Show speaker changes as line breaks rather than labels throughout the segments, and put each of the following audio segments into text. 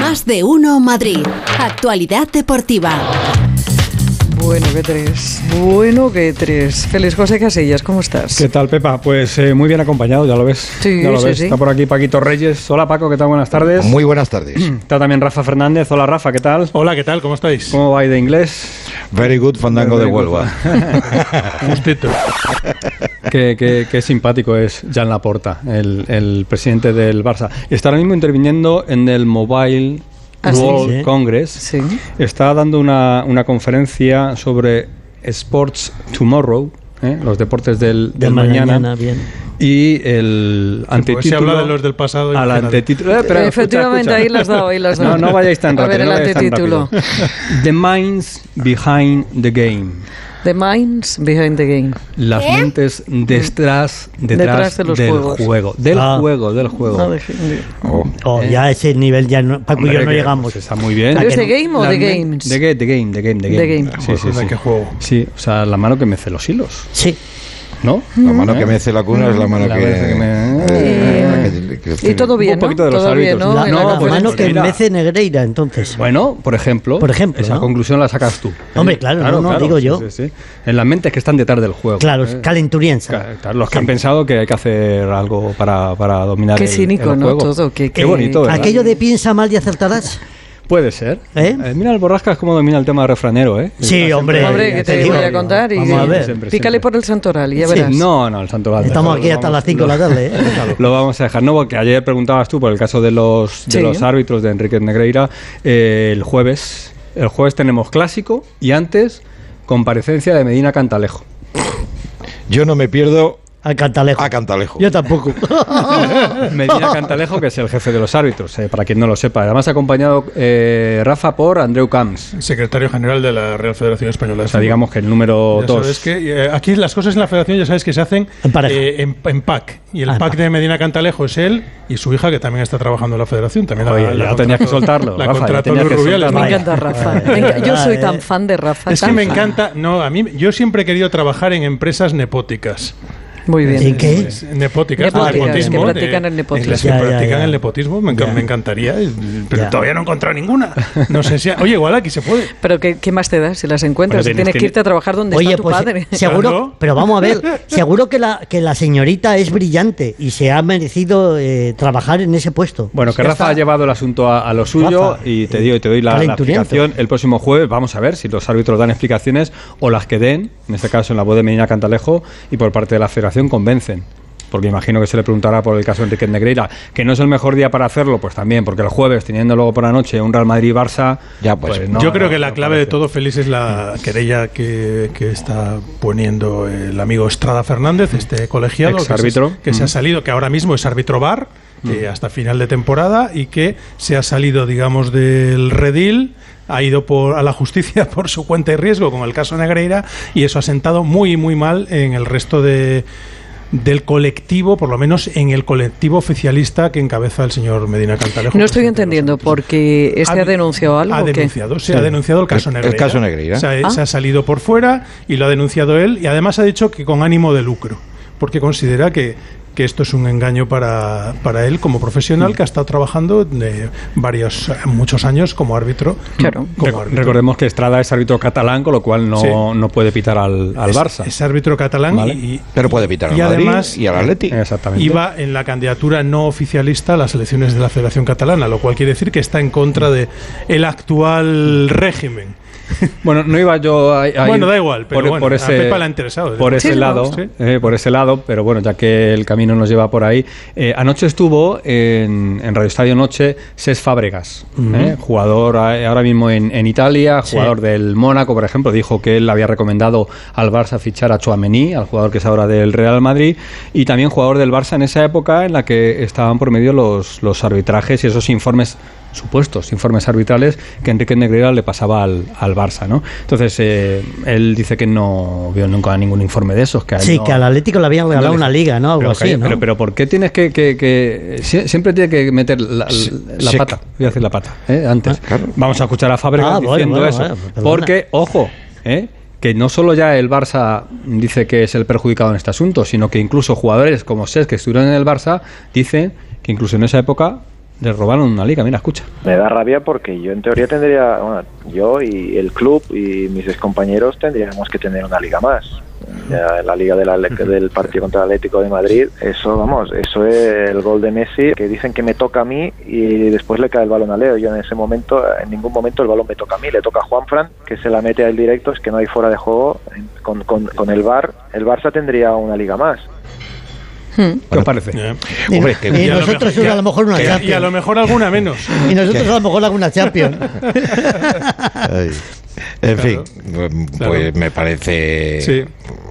Más de uno Madrid. Actualidad deportiva.
Bueno, que tres. Bueno, que tres. Feliz José Casillas, ¿cómo estás?
¿Qué tal, Pepa? Pues eh, muy bien acompañado, ya lo ves.
Sí,
ya lo
sí,
ves.
sí.
Está por aquí Paquito Reyes. Hola, Paco, ¿qué tal? Buenas tardes.
Muy buenas tardes.
Está también Rafa Fernández. Hola, Rafa, ¿qué tal?
Hola, ¿qué tal? ¿Cómo estáis?
¿Cómo va ahí de inglés? Eh,
Very good fandango
Very
de
good.
Huelva.
Justito.
Qué, qué- qué simpático es Jan Laporta, el, el presidente del Barça. Está ahora mismo interviniendo en el Mobile
Ah, sí.
World
Sí.
Congress.
Sí.
Está dando una, una conferencia sobre Sports Tomorrow, ¿eh? los deportes del, del mañana.
bien.
Y el antetítulo...
Pues se habla de los del pasado.
al
imagínate.
antetítulo. Eh, espera, escucha,
Efectivamente,
escucha.
ahí las dado, ahí las dado.
No, no vayáis tan
A
rápido.
ver, el
no vayáis tan
antetítulo.
rápido. The minds behind the game.
The Minds Behind the Game.
Las mentes detrás, detrás,
¿Eh? Mm. Detrás de los
del
juegos.
juego. Del
Ah.
juego, del juego.
No, de- de-
Oh.
Oh,
Eh.
ya a ese nivel ya no, Paco y yo
Hombre,
no
que,
llegamos.
pues, está muy bien.
¿Pero
¿Es The Game o
Las
The
men-
Games?
The, ga- the game, the game, the game.
The game.
Sí, sí,
Joder,
sí.
qué juego.
Sí, o sea, la mano que mece los hilos,
Sí.
¿no?
La mano que mece la cuna es la mano
La
que...
vez que me-
eh, la que- que-
Y todo bien,
Un poquito
¿no?
de los
todo bien,
hábitos.
¿no?
la
En la
la
pues,
mano
conferencia.
que
mira.
mece Negreira, entonces.
Bueno, por ejemplo,
Por ejemplo,
esa
¿no?
conclusión la sacas tú.
Hombre, claro, no, no, digo yo.
sí, sí. En las mentes que están detrás del juego.
claro,
Eh,
calenturienza.
ca- claro, los que han pensado que hay que hacer algo para, para dominar
Qué
el,
cínico,
el
¿no?
juego.
Todo, que-
Qué
que-
bonito, ¿verdad?
Eh, Aquello de piensa mal y acertarás.
Puede ser.
¿Eh?
Eh, mira el Borrascas cómo domina el tema de refranero, ¿eh?
Sí, hombre.
Hombre, que
ya
te
digo.
voy a contar y
Vamos a ver.
Siempre,
pícale
siempre.
por el santoral, ya
Sí,
verás.
No, no, el santo va a
Estamos
dejarlo,
aquí
lo
hasta
vamos-
las 5 de la tarde. ¿eh?
Lo vamos a dejar, no, porque ayer preguntabas tú por el caso de los, de
Sí.
los árbitros de Enrique Negreira. Eh, el jueves el jueves tenemos clásico y antes comparecencia de Medina Cantalejo.
Yo no me pierdo
A Cantalejo.
a Cantalejo.
Yo tampoco.
Ah.
Medina Cantalejo, que es el jefe de los árbitros, eh, para quien no lo sepa. Además, acompañado eh, Rafa por Andreu Camps.
Secretario General de la Real Federación Española. de
O sea,
Fútbol.
digamos que el número
Ya
2.
sabes que, eh, aquí las cosas en la federación ya sabes que se hacen
En pareja.
eh, en, en pack. Y el
Ah, en
pack
pack.
de Medina Cantalejo es él y su hija que también está trabajando en la federación. También la-
Oye,
la
ya
contrató-
tenías que soltarlo,
La
Rafa, ya
contrató
tenías
Luis
que
Rubiales.
soltarlo.
Me
Vaya.
encanta Rafa.
Vaya.
Me enca- yo soy
Vaya, eh.
tan fan de Rafa.
Es que
tan
me
fan.
encanta. No, a mí yo siempre he querido trabajar en empresas nepóticas.
Muy
¿En
bien.
qué?
Es- Nepóticas,
Nepóticas,
el nepotismo,
que practican el
en
nepotismo.
las que
Ya, ya,
practican
ya.
el nepotismo, me, enca-
Ya.
me encantaría, eh, pero
Ya.
todavía no he encontrado ninguna. No sé si. Oye, igual aquí se puede.
Pero ¿qué, qué más te da si las encuentras?
Bueno,
tienes,
tienes
que
que-
irte a trabajar donde
Oye,
está tu
pues
padre.
seguro,
Claro.
pero vamos a ver, seguro que la, que la señorita es brillante y se ha merecido eh, trabajar en ese puesto.
Bueno, que
Ya
Rafa
está.
ha llevado el asunto a, a lo suyo
Rafa,
y te
eh,
digo y te doy la, la
calenturiento.
explicación el próximo jueves. Vamos a ver si los árbitros dan explicaciones o las que den, en este caso en la voz de Medina Cantalejo y por parte de la Federación convencen. Porque imagino que se le preguntará por el caso de Enrique Negreira, que no es el mejor día para hacerlo, pues también, porque el jueves teniendo luego por la noche un Real Madrid Barça,
Ya, pues,
Eh, no,
Yo creo que
no, Mm.
la
no
clave de
parece.
todo, Félix, es la querella que, que está poniendo el amigo Estrada Fernández, este colegiado, que
Mm.
se-
Exárbitro.
que se ha
Mm.
salido, que ahora mismo es árbitro bar eh, hasta final de temporada y que se ha salido, digamos, del redil, ha ido por, a la justicia por su cuenta y riesgo con el caso Negreira y eso ha sentado muy, muy mal en el resto de del colectivo, por lo menos en el colectivo oficialista que encabeza el señor Medina Cantalejo.
No estoy
presidente de los
entendiendo
árbitros.
porque este ha denunciado algo.
Ha
o qué?
denunciado, se ha denunciado el caso
El- el
Negreira.
caso Negreira.
Se ha,
Ah.
se ha salido por fuera y lo ha denunciado él y además ha dicho que con ánimo de lucro, porque considera que, que esto es un engaño para, para él como profesional que ha estado trabajando de varios, muchos años como árbitro.
Claro.
Como
Reco-
árbitro.
Recordemos que Estrada es árbitro catalán, con lo cual no,
Sí.
no puede pitar al, al
Es-
Barça.
Es, árbitro catalán
Vale.
y,
Pero puede pitar al
Y
Madrid
además-
y al Atleti.
Exactamente.
Iba en la candidatura no oficialista a las elecciones de la Federación Catalana, lo cual quiere decir que está en contra de el actual régimen.
Bueno, no iba yo a, a
Bueno,
ir
da igual, pero
por, e-
bueno,
por
a
ese,
Pepa le ha interesado.
Por ese
Sí, ¿no?
lado,
Sí.
eh, por ese lado, pero bueno, ya que el camino nos lleva por ahí. Eh, anoche estuvo en, en Radio Estadio Noche Ses Fábregas, eh, jugador a- ahora mismo en, en Italia, jugador del Mónaco, por ejemplo, dijo que él había recomendado al Barça fichar a Chouameni, al jugador que es ahora del Real Madrid, y también jugador del Barça en esa época en la que estaban por medio los, los arbitrajes y esos informes supuestos informes arbitrales que Enrique Negreira le pasaba al, al Barça, ¿no? Entonces, eh, él dice que no vio nunca ningún informe de esos. Que a él
Sí,
no-
que al Atlético le habían regalado
no le-
una liga, ¿no? Algo
pero,
así,
calla,
¿no?
Pero, pero ¿por qué tienes que... que- que- sie- siempre tiene que meter la, la
sí,
pata. Voy a decir la pata, ¿eh? Antes.
Ah, claro.
Vamos a escuchar a Fábregas
Ah, bueno,
diciendo
bueno,
eso.
bueno, perdona.
porque, ojo, ¿eh? que no solo ya el Barça dice que es el perjudicado en este asunto, sino que incluso jugadores como Ses, que estuvieron en el Barça, dicen que incluso en esa época Le robaron una liga, mira, escucha.
Me da rabia porque yo en teoría tendría, bueno, yo y el club y mis compañeros tendríamos que tener una liga más. Ya la liga del, Atle- del partido contra el Atlético de Madrid, eso vamos, eso es el gol de Messi, que dicen que me toca a mí y después le cae el balón a Leo. Yo en ese momento, en ningún momento el balón me toca a mí, le toca a Juanfran, que se la mete al directo, es que no hay fuera de juego en- con, con- con el VAR. El Barça tendría una liga más.
¿Qué os parece?
Eh,
Y,
Hombre, que-
y
Y a
lo
nosotros
mejor-
a lo mejor una
que-
Champions.
y a lo mejor alguna menos.
Y nosotros a lo mejor alguna Champions.
Ay. En fin, pues
claro.
me parece
Sí.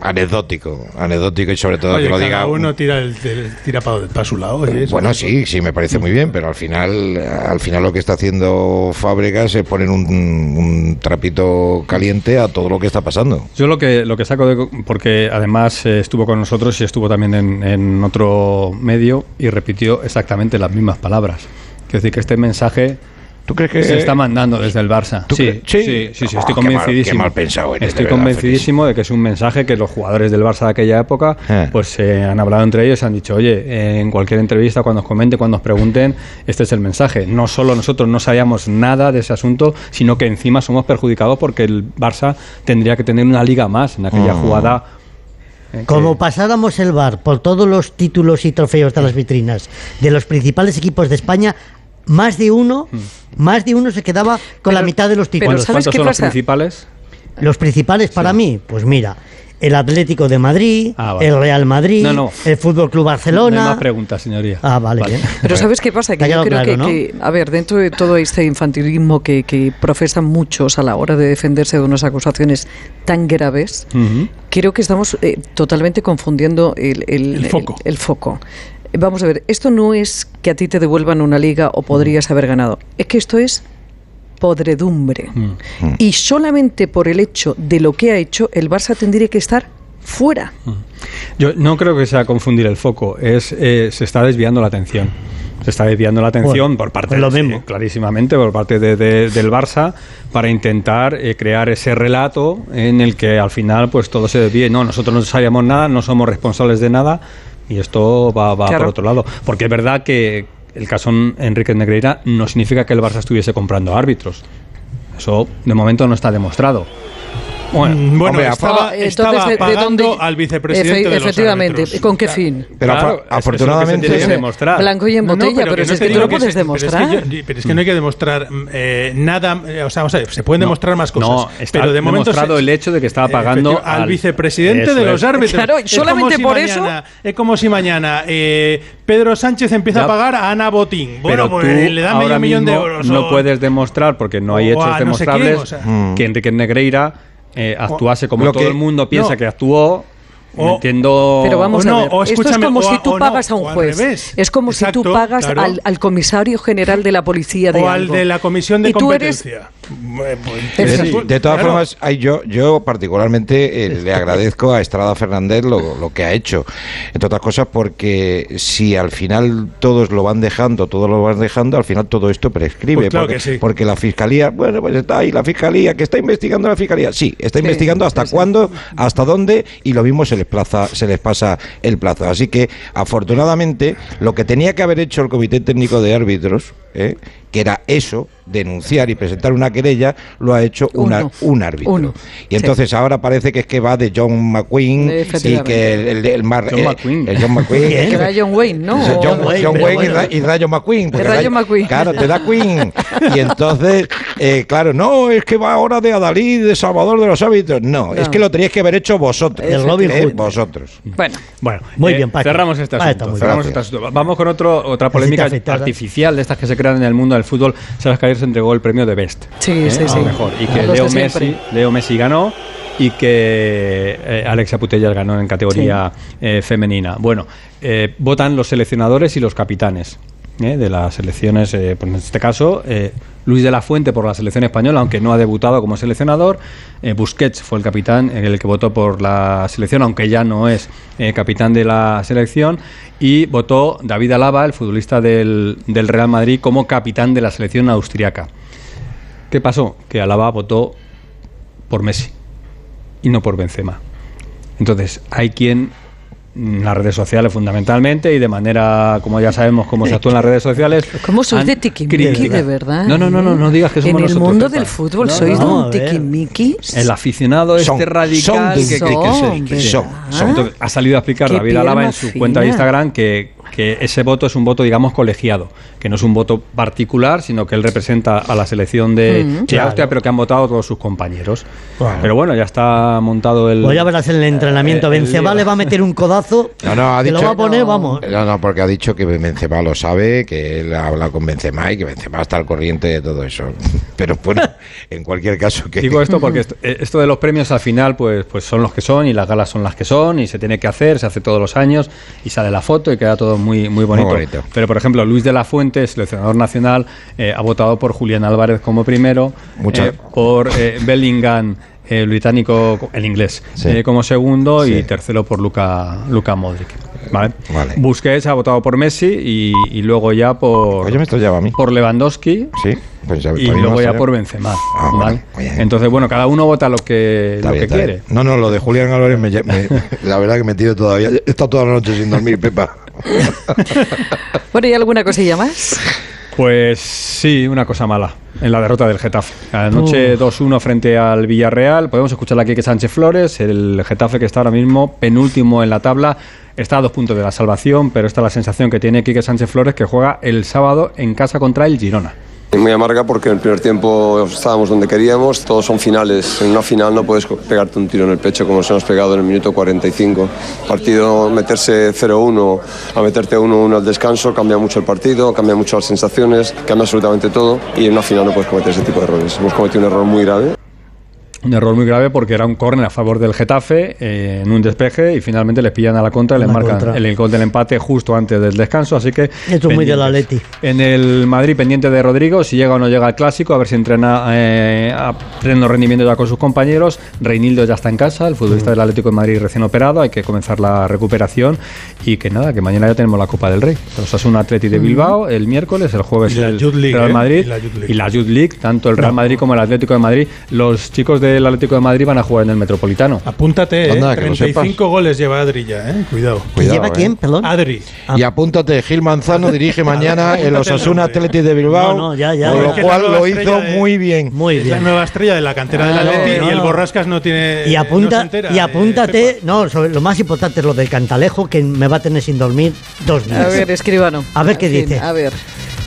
anecdótico, anecdótico y sobre todo
Oye,
que lo
cada
diga
uno tira el, el- tira para su lado. oye, eso-
Bueno, sí, sí, me parece muy bien, pero al final, al final lo que está haciendo Fábregas es poner un, un trapito caliente a todo lo que está pasando.
Yo lo que, lo que saco de... Porque además eh, estuvo con nosotros y estuvo también en, en otro medio y repitió exactamente las mismas palabras. Es decir, que este mensaje
¿Tú crees que
se está mandando desde el Barça.
¿tú
Sí,
crees?
sí,
Sí.
sí, sí,
Oh,
estoy
qué mal- qué
convencidísimo.
mal pensado eres, de
estoy
verdad,
convencidísimo de que es un mensaje que los jugadores del Barça de aquella época
Eh.
pues se han hablado entre ellos, han dicho, oye, eh, en cualquier entrevista, cuando os comenten, cuando os pregunten, este es el mensaje. No solo nosotros no sabíamos nada de ese asunto, sino que encima somos perjudicados porque el Barça tendría que tener una liga más en aquella jugada. eh,
Como
que-
pasáramos el bar por todos los títulos y trofeos de las vitrinas de los principales equipos de España, más de uno,
Mm.
más de uno se quedaba con la
Pero-
mitad de los
pero
títulos.
¿sabes
¿Cuántos
qué
son los
pasa?
principales?
Los principales para mí, pues mira, el Atlético de Madrid,
Ah, vale.
el Real Madrid,
No, no.
el Fútbol Club
No hay
Barcelona.
más preguntas, señoría.
ah, vale, bien.
Pero ¿sabes qué pasa?
Te ha
Que yo
quedado
creo que,
claro,
que, a ver, dentro de todo este infantilismo que, que profesan muchos a la hora de defenderse de unas acusaciones tan graves,
Ujú.
creo que estamos eh, totalmente confundiendo el,
El foco.
el foco. Vamos a ver, esto no es que a ti te devuelvan una liga o podrías haber ganado, es que esto es podredumbre. Y solamente por el hecho de lo que ha hecho, el Barça tendría que estar fuera.
Yo no creo que sea confundir el foco, es eh, se está desviando la atención. Se está desviando la atención
Bueno,
por parte
pues lo
de-
mismo.
eh, clarísimamente por parte de- de- del Barça para intentar eh, crear ese relato en el que al final pues todo se desvíe. No, nosotros no sabíamos nada, no somos responsables de nada y esto va, va
Claro.
por otro lado. Porque es verdad que el caso Enrique Negreira no significa que el Barça estuviese comprando árbitros. Eso de momento no está demostrado. Bueno,
Mm, bueno,
Hombre, a-
estaba,
Ah, Entonces,
estaba
¿de- de
pagando
dónde-
al vicepresidente
Efe-
de los
Efectivamente,
árbitros.
¿con qué
Claro.
fin?
Pero afa-
Claro, es- es lo que se
afortunadamente-
tiene que
Entonces,
demostrar.
Blanco y en
No, no,
botella, pero,
que
si
no
es
te
que tú
digo
lo
que
puedes
sí, pero es que
demostrar.
yo- pero es que no hay que demostrar mm, eh, nada, eh, o sea, vamos a ver, se pueden demostrar más cosas.
No, está
pero de momento
demostrado
se-
el hecho de que estaba pagando
Efectivo, al,
al-
vicepresidente
Eso
de los
es.
árbitros.
Claro, y
Es como
solamente
si
por
mañana- Es como si mañana eh, Pedro Sánchez empieza
Ya.
a pagar a Ana Botín.
Pero
Bueno, pues
tú
le da
ahora
medio millón de
mismo
euros.
no
o-
puedes demostrar, porque no hay
o
hechos
a no sé
demostrables,
quién, o sea.
Mm.
que Enrique Negreira eh, actuase como
Lo
todo
que-
el mundo piensa
no.
que actuó.
O-
entiendo.
Pero vamos
o no,
a ver,
o
esto es
escúchame,
como
o
si
a-
tú
o no,
pagas a
o
un
al
juez.
revés.
Es como si tú
Exacto,
pagas
claro.
al, al comisario general de la policía de
o al
algo.
de la comisión de
y tú eres
competencia. Bueno, pues,
Pero
De-
sí,
de todas
claro.
formas, ay, yo, yo particularmente eh, le agradezco a Estrada Fernández lo, lo que ha hecho. Entre otras cosas, porque si al final todos lo van dejando, todos lo van dejando, al final todo esto prescribe.
Pues claro
porque,
que sí.
porque la fiscalía, bueno, pues está ahí la fiscalía, que está investigando la fiscalía. Sí, está
Sí,
investigando hasta
sí, sí.
cuándo, hasta dónde, y lo mismo se les, plaza, se les pasa el plazo. Así que, afortunadamente, lo que tenía que haber hecho el Comité Técnico de Árbitros, ¿eh? que era eso, denunciar y presentar una querella, lo ha hecho un ar-
Uno.
un árbitro.
Uno.
Y entonces ahora parece que es que va de John McQueen y
Efectivamente.
que el, el- el mar-
John
eh,
McQueen.
el John McQueen, eh,
¿Quién?
es que
Era
me-
John Wayne, ¿no?
John,
John Wayne, ¿eh?
John
pero
Wayne y,
bueno.
Ra- y Rayo McQueen. porque
Rayo McQueen.
Claro, te da Queen. Y entonces, eh, claro, no, es que va ahora de Adalí, de Salvador de los Hábitos. No, es que lo teníais que haber hecho vosotros.
El Robin
Eh,
Hood.
Vosotros.
Bueno,
Bueno,
Muy bien, Paco.
Eh, cerramos este
Ah, está
asunto.
muy
cerramos
bien.
este asunto. Vamos con otro, otra polémica
Necesita afectar, ¿eh?
artificial de estas que se crean en el mundo del fútbol. Sabes que ayer se entregó el premio de Best.
Sí,
¿eh?
sí,
A lo
sí.
mejor. Y que
Los de
Leo
siempre.
Messi, Leo Messi ganó y que eh, Alexia Putellas ganó en categoría eh, femenina. Bueno, eh, votan los seleccionadores y los capitanes. ¿eh? de las selecciones, eh, pues en este caso, eh, Luis de la Fuente por la selección española, aunque no ha debutado como seleccionador, eh, Busquets fue el capitán, eh, el que votó por la selección, aunque ya no es eh, capitán de la selección, y votó David Alaba, el futbolista del, del Real Madrid, como capitán de la selección austriaca. ¿Qué pasó? Que Alaba votó por Messi y no por Benzema. Entonces, hay quien mm, las redes sociales fundamentalmente y de manera, como ya sabemos cómo se actúa en las redes sociales.
¿Cómo sois
han
de tiquimiqui, de
criticado.
verdad?
No, no, no, no, no digas que somos
En el
nosotros,
mundo
Pepa.
del fútbol
No,
sois
no,
de
no,
un
a ver.
tiquimiqui.
El aficionado
Son-
este radical
son
que, que- que-
son,
que-
son,
¿verdad?
son.
Entonces, ha salido a explicar
Qué
David Alaba en su
pierna
cuenta de
fina.
Instagram que, que ese voto es un voto, digamos, colegiado, que no es un voto particular, sino que él representa a la selección de,
Mm,
de Austria, pero que han votado todos sus compañeros. Pero bueno, ya está montado el.
Pues ya verás en el entrenamiento.
eh, el
Benzema
lío.
le va a meter un codazo.
No, no, ha
te lo
dicho- Eh,
va a poner, vamos.
No, no, porque ha dicho que Benzema lo sabe, que él ha hablado con Benzema y que Benzema está al corriente de todo eso. Pero bueno, en cualquier caso que...
Digo esto porque esto, eh, esto de los premios al final pues, pues son los que son y las galas son las que son y se tiene que hacer, se hace todos los años y sale la foto y queda todo muy, muy, bonito.
Muy bonito.
Pero por ejemplo, Luis de la Fuente, seleccionador nacional, eh, ha votado por Julián Álvarez como primero,
Muchas-
eh, por eh, Bellingham, eh, el británico, el inglés,
Sí.
eh, como segundo y
Sí.
tercero por Luca, Luca Modric. ¿vale?
Vale.
Busquets ha votado por Messi y, y luego ya por,
Oye, Pues me esto lleva a mí.
por Lewandowski
Sí, pues ya-
y
para mí
luego
no
ya
sé.
por Benzema.
Ah,
¿vale?
vale, bien.
Entonces, bueno, cada uno vota lo que,
Está
lo
bien,
que
está
quiere.
bien. No, no, lo de Julián Álvarez, me, lle- me- la verdad que me tiro todavía. He estado toda la noche sin dormir, Pepa.
Bueno, ¿y alguna cosilla más?
Pues sí, una cosa mala en la derrota del Getafe. Anoche 2-1 frente al Villarreal. Podemos escuchar aquí que Sánchez Flores, el Getafe que está ahora mismo penúltimo en la tabla. Está a dos puntos de la salvación, pero esta es la sensación que tiene Quique Sánchez Flores que juega el sábado en casa contra el Girona.
Muy amarga porque en el primer tiempo estábamos donde queríamos, todos son finales, en una final no puedes co- pegarte un tiro en el pecho como se nos ha pegado en el minuto 45. Partido meterse 0-1 a meterte 1-1 al descanso cambia mucho el partido, cambia mucho las sensaciones, cambia absolutamente todo y en una final no puedes cometer ese tipo de errores. Hemos cometido un error muy grave.
Un error muy grave porque era un córner a favor del Getafe eh, en un despeje y finalmente les pillan a la contra y les
La
marcan
contra.
el, el gol del empate justo antes del descanso. Así que.
Esto es muy del
pendientes.
Atleti.
En el Madrid, pendiente de Rodrigo, si llega o no llega al clásico, a ver si entrena eh, a pleno rendimiento ya con sus compañeros. Reinildo ya está en casa, el futbolista
Mm.
del Atlético de Madrid recién operado, hay que comenzar la recuperación. Y que nada, que mañana ya tenemos la Copa del Rey. Entonces, un Atleti
Mm.
de Bilbao el miércoles, el jueves
Y la
el
Youth League,
Real
¿eh?
Madrid
Y la Youth League.
y la Youth League, tanto el Real Madrid como el Atlético de Madrid. Los chicos del Atlético de Madrid van a jugar en el Metropolitano.
Apúntate, eh,
Anda, que lo
35 goles lleva Adri ya, eh. Cuidado.
¿Que
Cuidado,
lleva Ah.
eh.
quién, perdón?
Adri.
Y apúntate, Gil Manzano dirige mañana el Osasuna Atleti de Bilbao.
No, no, ya, ya.
Con
Es
lo
que
es la
cual
nueva
lo
estrella
hizo
de-
muy bien.
Muy
es la
bien.
nueva estrella de la cantera
Ah,
del Atleti
no,
y el
no.
Borrascas no tiene
Y,
no se
apunta,
entera,
y
eh,
apúntate,
Pepa.
no, sobre- lo más importante es lo del cantalejo, que me va a tener sin dormir dos
A
meses.
ver, escribano.
A ver qué
En fin,
dice.
A ver.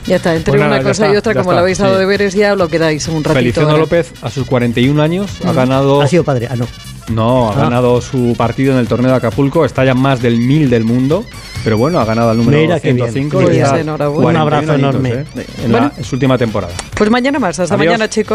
Ya está, entre
Pues nada,
una
ya
cosa
está,
y otra,
ya
como
está,
le habéis dado
sí.
deberes, ya lo quedáis un ratito.
Feliciano
ahora.
López, a sus 41 años, ha ganado.
Mm. Ha sido padre. Ah, no.
No, ha
Ah.
ganado su partido en el torneo de Acapulco, está ya más del mil del mundo, pero bueno, ha ganado al número
Mira qué bien.
105.
Pues
y está
enhorabuena.
41
Un abrazo
añitos,
enorme.
¿eh? En, la-
Bueno.
en su última temporada.
Pues mañana más. Hasta
Adiós.
mañana, chicos.